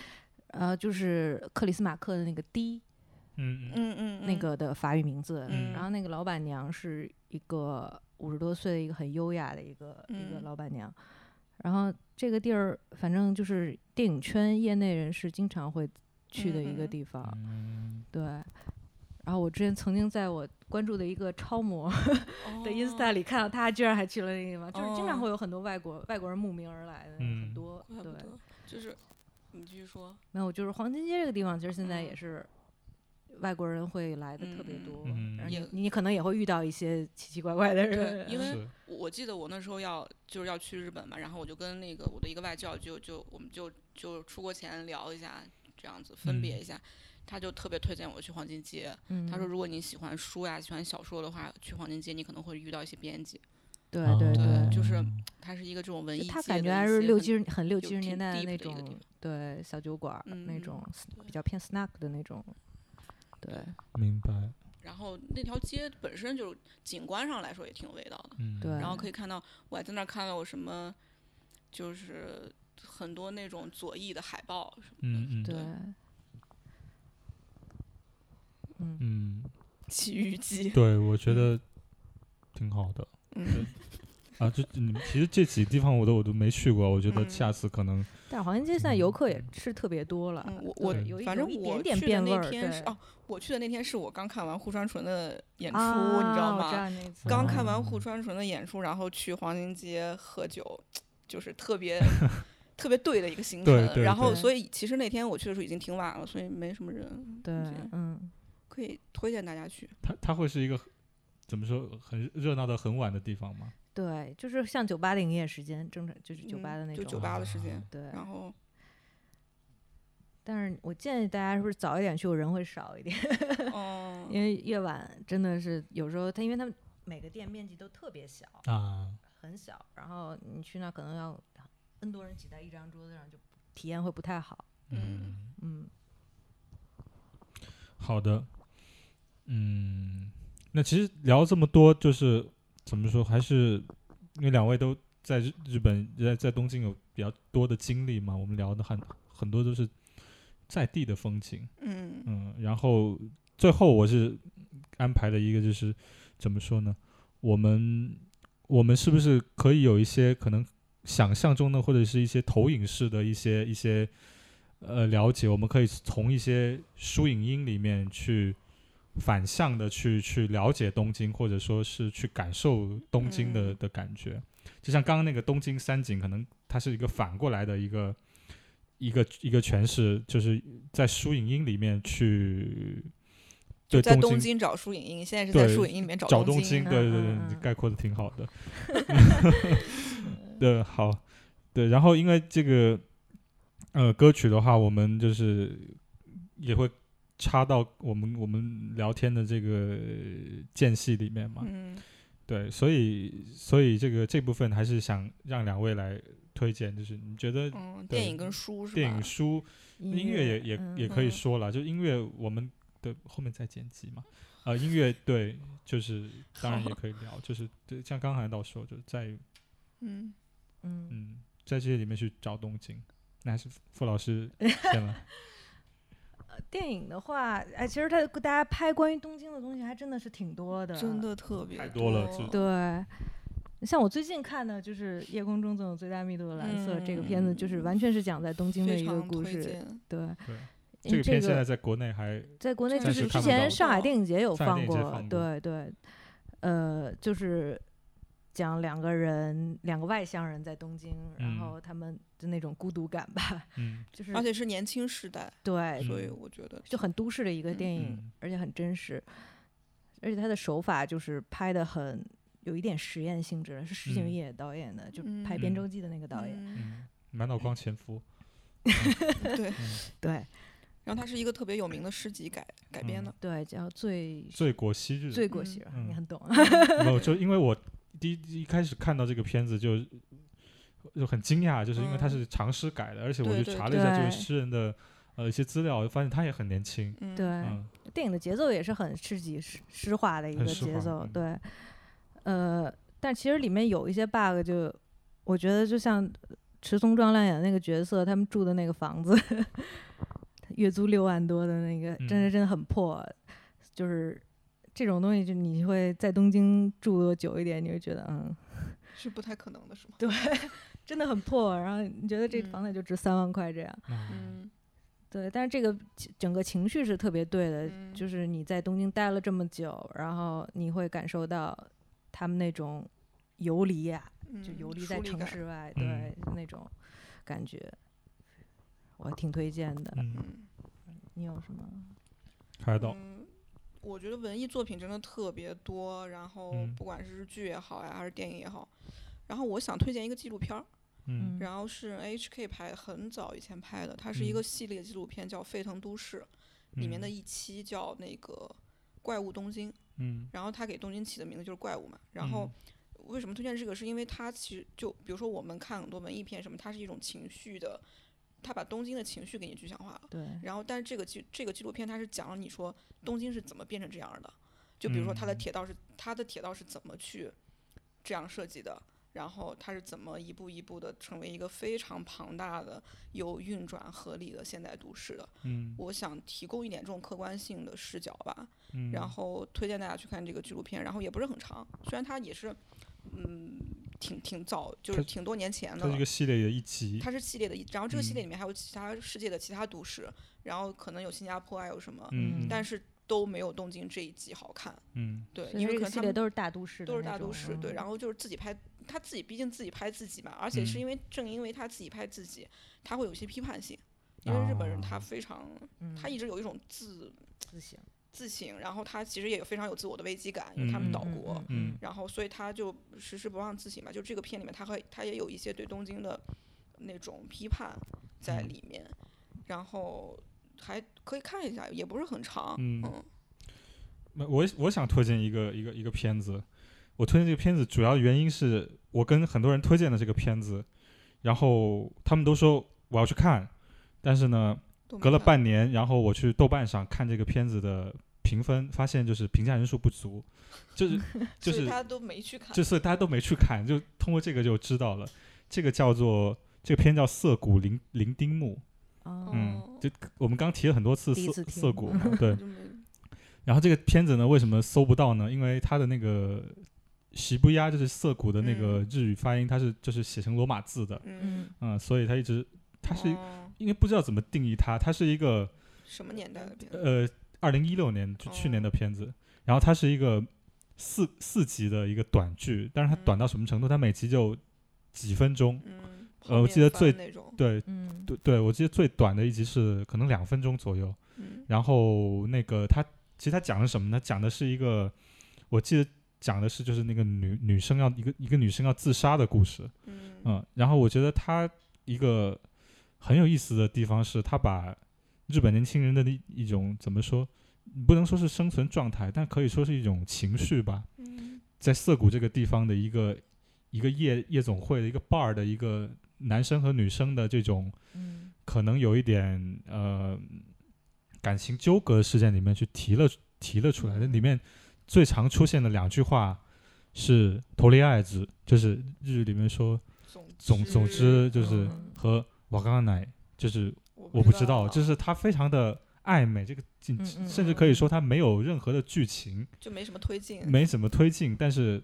呃，就是克里斯马克的那个 D 嗯嗯嗯嗯，那嗯个的法语名字，嗯然后那个老板娘是一个五十多岁的一个很优雅的一个、一个嗯老板娘，然后这个地儿反正就是电影圈业内人士经常会去的一嗯个嗯地方，嗯对。然后我之前曾经在我关注的一个超模哦的 Insta 里看到他居然还去了那个地方，就是经常哦会有很多外国外国人慕名而来的，嗯很多怪不对。得，就是你继续说，没有，就是黄金街这个地方，其实现在也嗯是外国人会来的特别嗯嗯多，嗯然后也你你可能也会遇到一些奇奇怪怪的对人，，啊因为嗯是我我记得我那时候要就是要去日本嘛，然后我就跟那个我的一个外教就就我们就就出国前聊一下，这样子分别一下，他就特别推荐我去黄金街，嗯他说如果你喜欢书呀、喜欢小说的话，去黄金街你可能会遇到一些编辑，对哦对对，对，就是他是一个这种文艺就界的一些他很，感觉还是六七十很六七十挺年 deep 代的那一个地种方对小酒馆儿嗯那嗯种对比较偏 snack 的那种，对，明白。然后那条街本身就景观上来说也挺有味道的，嗯，对然后可以看到我还在那儿看到什么，就是很多那种左翼的海报什么的，嗯嗯对，嗯，嗯， 奇遇 记，对，我觉得挺好的嗯， 啊。就嗯，其实这几地方我都我都没去过，我觉得嗯下次可能但是黄金街现在嗯游客也是特别多了，嗯我对我有一反正有一我点点去的变味那儿，天是对哦，我去的那天是我刚看完户川纯的演出，啊你知道我吗？那次刚哦看完户川纯的演出，然后去黄金街喝酒，就是特 别特别对的一个行对程。对然后，对所以其实那天我去的时候已经挺晚了，所以没什么人，对，嗯，可以推荐大家去。它它会是一个很怎么说很热闹的很晚的地方吗？对，就是像酒吧的营业时间，正常就是酒嗯吧的那就种，酒吧的时间啊，对。然后但是我建议大家是不是早一点去，我人会少一点， 嗯，因为夜晚真的是有时候它，因为它们每个店面积都特别小，嗯啊，很小，然后你去那儿可能要 N 多人挤在一张桌子上，就体验会不太好。嗯，嗯，好的，嗯，那其实聊这么多，就是怎么说，还是因为两位都在日日本，在在东京有比较多的经历嘛，我们聊的很很多都是在地的风景，嗯嗯，然后最后我是安排了一个，就是怎么说呢，我们我们是不是可以有一些可能想象中的，或者是一些投影式的一些一些呃了解，我们可以从一些书影音里面去反向的去去了解东京，或者说是去感受东京的、嗯的感觉。就像刚刚那个东京三景，可能它是一个反过来的一个一个一个诠释，就是在书影音里面去对在东东京京找树影音，现在是在对树影音里面找东啊京，嗯对对对，嗯你嗯概括的挺好的。对，好，对，然后因为这个呃歌曲的话，我们就是也会插到我们我们聊天的这个间隙里面嘛。嗯，对，所以所以这个这部分还是想让两位来推荐，就是你觉得嗯，对电影跟书是吧？电影、书、音乐也也、也可以嗯说了，就音乐我们的后面再剪辑嘛。啊、音乐对，就是当然也可以聊，就是对，像刚才到说，就是在于嗯，嗯嗯嗯，在这些里面去找东京，那还是傅老师先来。电影的话，话，哎，其实他大家拍关于东京的东西还真的是挺多啊的，真的特别太多了这对，像我最近看的就是《夜空中总有最大密度的蓝色》这个片子，就是完全是讲在东京的嗯非一个常故推事。荐。对，对，这因为个这片现在个在国内还在国内暂就时是之看不前到上海电影节有上海放电影节过，放过对对，呃，就是讲两个人，两个外乡人在东京，嗯然后他们的那种孤独感吧，嗯就是而且是年轻时代，对，所以嗯我觉得就很都市的一个嗯电影，嗯而且很真实，而且他的手法就是拍的很有一点实验性质的，是石嗯井野导演的，就拍《嗯边洲记》的那个导演， 嗯嗯，满脑光前夫。对，嗯对然后它是一个特别有名的诗集改改嗯编 的，对，叫最罪过昔日，罪 过昔日，嗯你很懂，没有，就因为我第一一开始看到这个片子就就很惊讶，就是因为它嗯是长诗改的，而且我就对对查了一下这对个诗人的呃一些资料，发现他也很年轻，嗯，对。嗯电影的节奏也是很刺激、诗诗化的一很个诗节化奏，嗯对。呃，但其实里面有一些 bug，就我觉得就像池松壮亮演的那个角色，他们住的那个房子， 月租六万多的那个，真的嗯真的很破，就是。这种东西，就你会在东京住多久一点，你会觉得，嗯，是不太可能的，是吗？对，真的很破。然后你觉得这嗯房子就值三万块这样，嗯嗯对。但是这个情整个情绪是特别对的，嗯，呃就是你在东京待了这么久，然后你会感受到他们那种游离呀、就嗯游离在疏离城感市外，嗯对、那种感觉，我挺推荐的。嗯，嗯，你有什么？海岛，嗯，我觉得文艺作品真的特别多，然后嗯不管是日剧也好呀，还是电影也好，然后我想推荐一个纪录片儿，嗯然后是 HK 拍很早以前拍的，它是一嗯个系列纪录片叫《沸腾都市》，嗯里面的一期叫那个怪物东京，嗯然后他给东京起的名字就是怪物嘛，然后。为什么推荐这个？是因为它其实就比如说我们看很多文艺片什么，它是一种情绪的，它把东京的情绪给你具象化了。对，然后，但是这个纪这个纪录片它是讲了你说东京是怎么变成这样的，就比如说它的嗯铁道是它的铁道是怎么去这样设计的，然后它是怎么一步一步的成为一个非常庞大的、有运转合理的现代都市的。嗯我想提供一点这种客观性的视角吧，嗯，然后推荐大家去看这个纪录片，然后也不是很长，虽然它也是，嗯，挺挺早，就是它挺多年前的它这了个。系列的一集，它是系列的一，然后这个系列嗯里面还有其他世界的其他都市，然后可能有新加坡啊，有什么，嗯，但是都没有东京这一集好看。嗯对，所以因为这可个能系他列们都是大都市的都那是种，大都市，对，嗯然后就是自己拍，他自己毕竟自己拍自己嘛，而且是嗯因为正因为他自己拍自己，他会有一些批判性，因为日本人他哦非常，嗯他一直有一种自自省自省，然后他其实也非常有自我的危机感，因为他们嗯岛国，嗯然后所以他就时时不忘自省吧。就这个片里面，他会他也有一些对东京的那种批判在嗯里面，然后还可以看一下，也不是很长，嗯嗯那嗯我我想推荐一个一个一个片子，我推荐这个片子主要原因是我跟很多人推荐的这个片子，然后他们都说我要去看，但是呢，都没隔了看半年，然后我去豆瓣上看这个片子的评分，发现就是评价人数不足，就是 就所以是他都没去看，这次大家都没去看，就通过这个就知道了。这个叫做这个片叫《涩谷零零丁目》，哦嗯哦，就我们刚提了很多次第一涩次听涩谷嘛， 对我，就没嗯然后这个片子呢，为什么搜不到呢？因为它的那个喜不压就是涩谷的那个日语发音，它是就是写成罗马字的，嗯，嗯，嗯，所以它一直它是、哦因为不知道怎么定义它，它是一个什么年代的片子？呃，二零一六年就去年的片子，然后它是一个四四集的一个短剧，但是它嗯短到什么程度？它每集就几分钟，嗯，呃我泡记面得番最那种，对嗯，对对，我记得最短的一集是可能两分钟左右，嗯然后那个他其实他讲的什么呢？讲的是一个，我记得讲的是就是那个女女生要一个一个女生要自杀的故事，嗯嗯，然后我觉得他一个很有意思的地方是，他把日本年轻人的一一种怎么说，不能说是生存状态，但可以说是一种情绪吧，嗯在涩谷这个地方的一个一个夜夜总会的一个 bar 的一个男生和女生的这种嗯可能有一点呃感情纠葛的事件里面去提了提了出来的，嗯里面最常出现的两句话是“头利爱子”，就是日语里面说总总总之就是嗯和“瓦刚奶”，就是我我不知道，就是是它非常的暧昧，这个进哦嗯嗯甚至可以说它没有任何的剧情，就没什么推嗯进，没怎么推进，但是。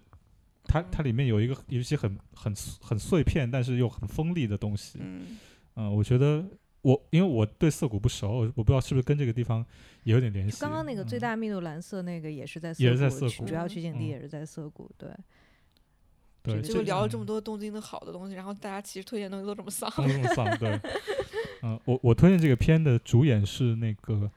它它里面有一个有一些很很很碎片，但是又很锋利的东西，嗯嗯，我觉得我因为我对涩谷不熟，我不知道是不是跟这个地方也有点联就系。刚刚那个最嗯大密度蓝色那个也是在也是在涩取谷主要取景地嗯也是在涩谷，对，对，这结个果就聊了这么多东京的好的东西，然后大家其实推荐的东西都这么丧，多，这么丧，对。 嗯，我我推荐这个片的主演是那个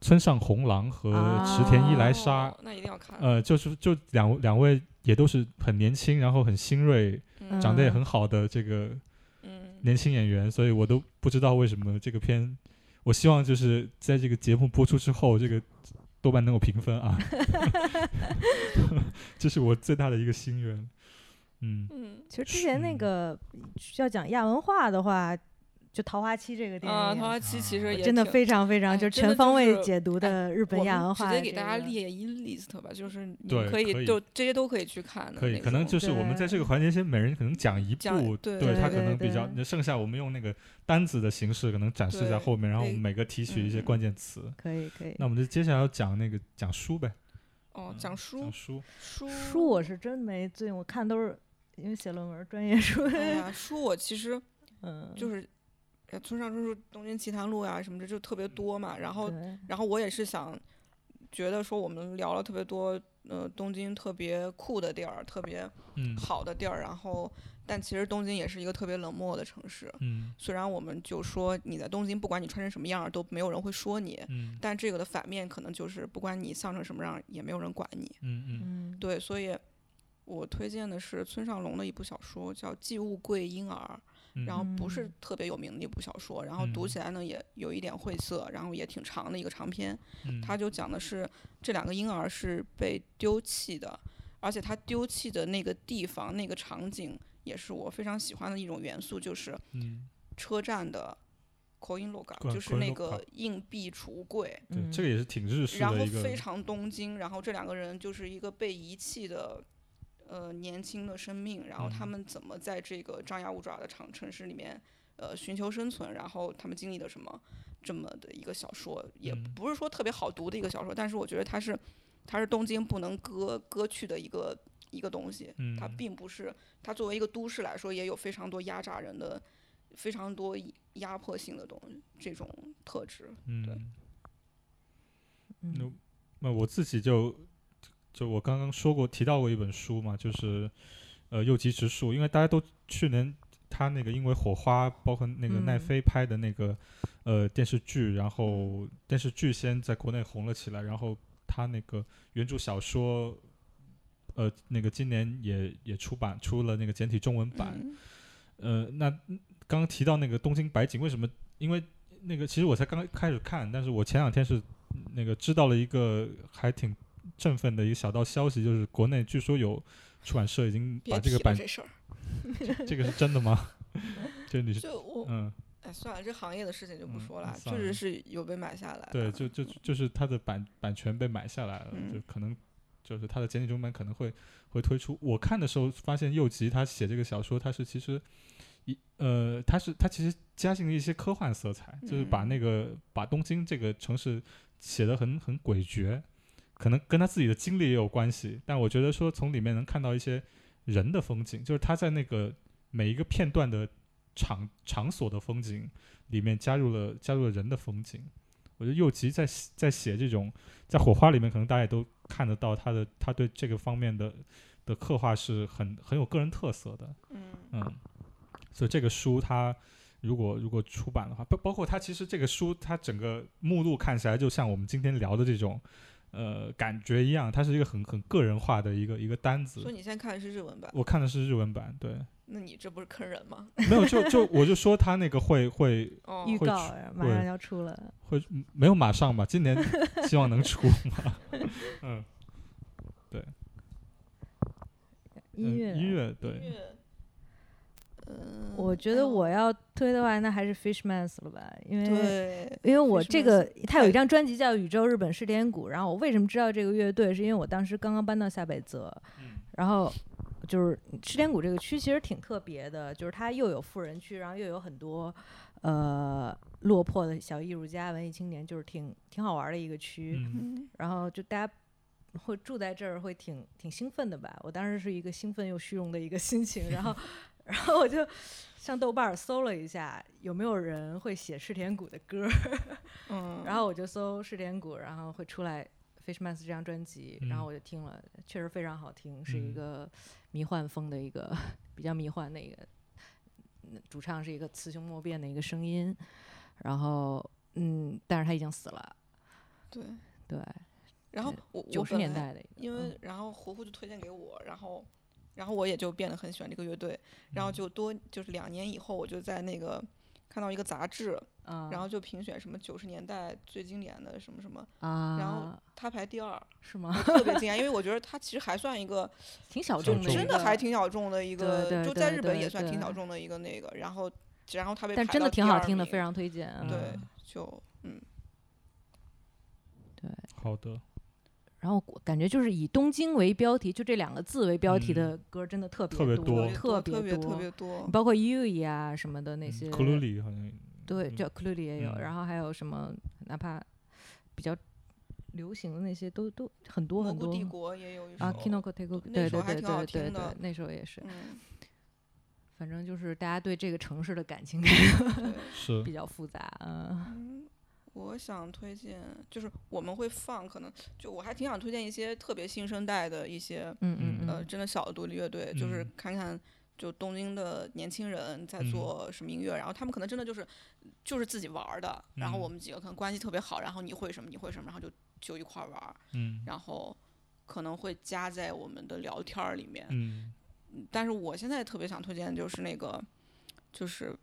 村上弘郎和啊哦池田一来沙，哦那一定要看，呃，就是就两两位也都是很年轻，然后很新锐，嗯长得也很好的这个嗯，年轻演员，所以我都不知道为什么这个片。我希望就是在这个节目播出之后，这个豆瓣能有评分 啊， 这是我最大的一个心愿。嗯，嗯其实之前那嗯个要讲亚文化的话，就《桃花期》这个电啊，影桃，花期其啊实也真的挺非常非常哎就是真的全方就位是哎解读的日本我亚们文化直这接给个，大家列一 list 吧，就是你对可可以就这些都可以去看的那种，可以，可能就是我们在这个环节先每人可能讲一讲部，对对对他可对能比对较，那剩下我们用那个单子的形式可能展示在对后面，然后我可以们每个提取一些嗯关键词。可以可以那。我们就接下来要讲那个讲书呗，哦，讲书嗯讲书，书书我是真没最近我看都是因为写论文专业书，哎呀，书我其实 嗯，就是是呃村上春树《东京奇谭录》呀什么的就特别嗯多嘛，然后对嗯然后我也是想，觉得说我们聊了特别多，呃，东京特别酷的地儿，特别嗯好的地儿，然后，但其实东京也是一个特别冷漠的城市。嗯虽然我们就说你在东京，不管你穿成什么样儿，都没有人会说你，嗯但这个的反面可能就是，不管你像成什么样儿，也没有人管你。嗯嗯嗯对，所以。我推荐的是村上龙的一部小说，叫《寄物柜婴儿》，嗯，然后不是嗯特别有名的一部小说，然后读嗯起来呢也有一点晦涩，然后也挺长的一个长篇。嗯他就讲的是这两个婴儿是被丢弃的，而且他丢弃的那个地方、那个场景也是我非常喜欢的一种元素，就是嗯车站的 coin log， coin- 就是那 coin log 个硬币储物柜，对，嗯这个也是挺日式嗯然的后一个，非常东京，然后这两个人就是一个被遗弃的。呃，年轻的生命，然后他嗯们怎么在这个张牙舞爪的城城市里面，呃，寻求生存？然后他们经历了什么？这么的一个小说，也嗯不是说特别好读的一个小说，但是我觉得它是，它是东京不能割割去的一个一个东西。它嗯并不是，它作为一个都市来说，也有非常多压榨人的、非常多压迫性的东这种特质。对嗯，嗯那那我自己就就我刚刚说过提到过一本书嘛，就是呃右极直树，因为大家都去年他那个因为火花，包括那个奈嗯飞拍的那个、呃电视剧，然后嗯电视剧先在国内红了起来，然后他那个原著小说。呃，那个今年也也出版出了那个简体中文版，嗯呃，那嗯刚刚提到那个东京白景，为什么？因为那个其实我才刚开始看，但是我前两天是嗯那个知道了一个还挺振奋的一个小道消息，就是国内据说有出版社已经把别这提个 了版，这事儿，这个是真的吗？ 就你是就我嗯，哎算了，这行业的事情就不嗯说了，算确了实是有被买下来的。啊对，就就就是它的版版权被买下来了，嗯就可能就是它的简体中文版可能会会推出。我看的时候发现右吉他写这个小说，他是其实一呃，他是他其实加进了一些科幻色彩，就是把嗯那个把东京这个城市写得很很诡谲，可能跟他自己的经历也有关系。但我觉得说从里面能看到一些人的风景，就是他在那个每一个片段的场场所的风景里面加入了加入了人的风景。我觉得右吉在写在写这种在火花里面，可能大家也都看得到他的他对这个方面的的刻画是很很有个人特色的。嗯嗯，所以这个书它如果如果出版的话，包包括它其实这个书它整个目录看起来就像我们今天聊的这种呃感觉一样，它是一个很很个人化的一个一个单所以子。你现在看的是日文版，我看的是日文版，对，那你这不是坑人吗？没有就就我就说它那个会会 哦，预会告出马对上要出了，会没有马上吧，今年希望能出嘛，嗯，音乐嗯音乐对，乐，嗯，我觉得我要推的话，那还是 Fishmans 了吧，因为对，因为我这个他有太一张专辑叫《宇宙日本试点鼓》，然后我为什么知道这个乐队，是因为我当时刚刚搬到下北泽，嗯然后就是试点鼓这个区其实挺特别的，就是它又有富人区，然后又有很多呃落魄的小艺术家、文艺青年，就是挺挺好玩的一个区。嗯嗯然后就大家会住在这儿，会挺挺兴奋的吧？我当时是一个兴奋又虚荣的一个 心情，然后然后我就上豆瓣儿搜了一下有没有人会写赤田谷的歌儿，嗯，然后我就搜赤田谷，然后会出来。Fishmans 这张专辑，然后嗯我就听了，确实非常好听，是一嗯个迷幻风的一个 比较迷幻的一个，嗯主唱是一个雌雄莫辨的一个声音，然后嗯，但是他已经死了，对，对，然后我九我十本年来代的一个，因为然后胡胡就推荐给我，然后然后我也就变得很喜欢这个乐队，然嗯后就多就是两年以后，我就在那个看到一个杂志，嗯，然后就评选什么九十年代最经典的什么什么，啊，然后他排第二，是吗？特别惊讶，因为我觉得他其实还算一个 挺小小众的，众真的还，挺小众的一对个，对就在对日本对也算挺对小众的一个那个，然后然后他被但排真的到挺第好二听的，名非常推荐。嗯对，就嗯好的，然后我感觉就是以东京为标题，就这两个字为标题的歌，真的特嗯特别多，多嗯特别别特别多，包括 Yui 啊什么的那些，库鲁里嗯好像对，嗯叫 c l u l i 也有，嗯然后还有什么，哪怕比较流行的那些都都很多蘑很菇多帝国也有一首啊，Kinoko t e k o 那对对首还对挺好对对听对的，那时候也是，嗯，反正就是大家对这个城市的感情 对。是比较复杂，嗯嗯，我想推荐，就是我们会放，可能就我还挺想推荐一些特别新生代的一些，嗯嗯嗯呃，嗯，真的小独立乐队，就是嗯看看就东京的年轻人在嗯做什么音乐，然后他们可能真的就是就是自己玩儿的，然后我嗯们几个可能关系特别好，然后你会什么你会什么，然后就就一块儿玩儿，嗯然后可能会加在我们的聊天儿里面，嗯但是我现在特别想推荐的就是那个就是《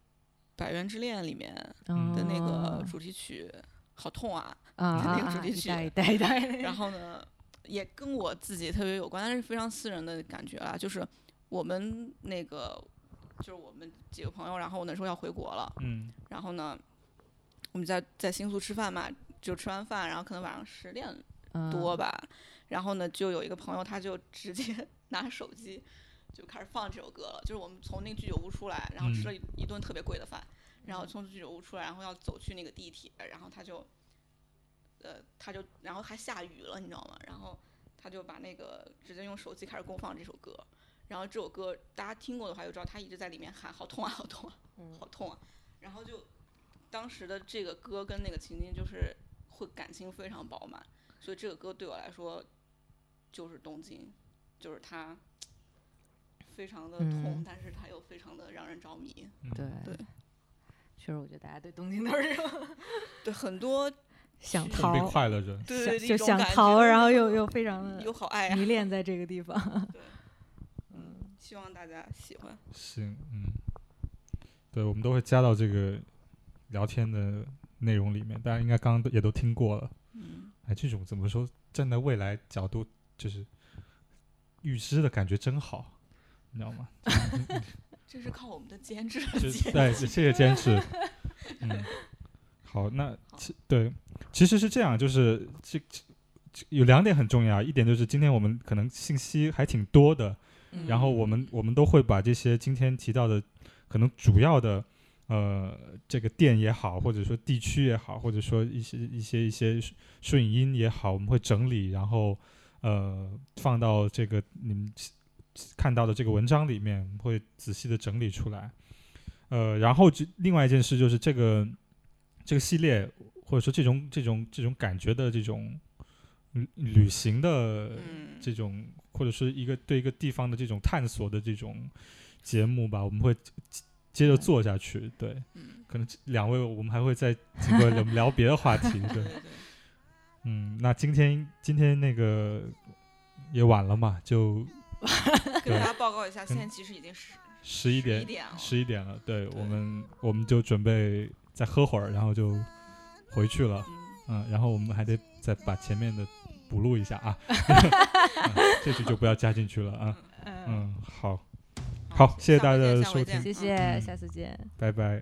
百元之恋》里面的呃那个主题曲，好痛啊！啊哦啊 那个主啊题曲一代一代一代， 然后呢，也跟我自己特别有关，但是非常私人的感觉啦。啊就是我们那个，就是我们几个朋友，然后那时候要回国了，嗯然后呢，我们在在新宿吃饭嘛，就吃完饭，然后可能晚上十点嗯多吧，然后呢，就有一个朋友他就直接 拿手机就开始放这首歌了，就是我们从那个居酒屋出来，然后吃了一一顿特别贵的饭，然后从居酒屋出来，然后要走去那个地铁，然后他就，呃，他就然后还下雨了，你知道吗？然后他就把那个直接用手机开始公放这首歌，然后这首歌大家听过的话就知道，他一直在里面喊好痛啊，好痛啊，嗯好痛啊，然后就当时的这个歌跟那个情境就是会感情非常饱满，所以这个歌对我来说就是东京，就是它非常的痛，嗯但是它又非常的让人着迷。对对，确实我觉得大家对东京都是这种对很多想是很逃被，快乐着。对想对对就一种想感觉逃，就是然后又又非常的又好爱啊，迷恋在这个地方。对，嗯，希望大家喜欢。行，嗯，对，我们都会加到这个聊天的内容里面，大家应该刚刚都也都听过了。嗯，哎，这种怎么说？站在未来角度，就是预知的感觉真好，你知道吗？这是靠我们的监制。就对，谢谢监制。嗯，好，那其对，其实是这样，就是这这这有两点很重要，一点就是今天我们可能信息还挺多的，嗯然后我们我们都会把这些今天提到的可能主要的呃这个店也好，或者说地区也好，或者说一些一些一些顺影音也好，我们会整理，然后呃放到这个你们看到的这个文章里面，我们会仔细的整理出来。呃，然后就另外一件事就是这个这个系列或者说这种这种这种感觉的这种旅旅行的嗯，这种或者是一个对一个地方的这种探索的这种节目吧，我们会接接着做下去。对，嗯，可能这两位我们还会再这个聊别的话题。对对，对对，嗯，那今天今天那个也晚了嘛，就给大家报告一下，现在其实已经十十一一点点了。十一点了。对对我们我们就准备再喝会儿，然后就回去了。嗯，嗯，然后我们还得再把前面的补录一下 啊，嗯这句就不要加进去了啊。嗯，嗯，好，好，谢谢大家的收下回见听，谢嗯谢，下次见。拜拜。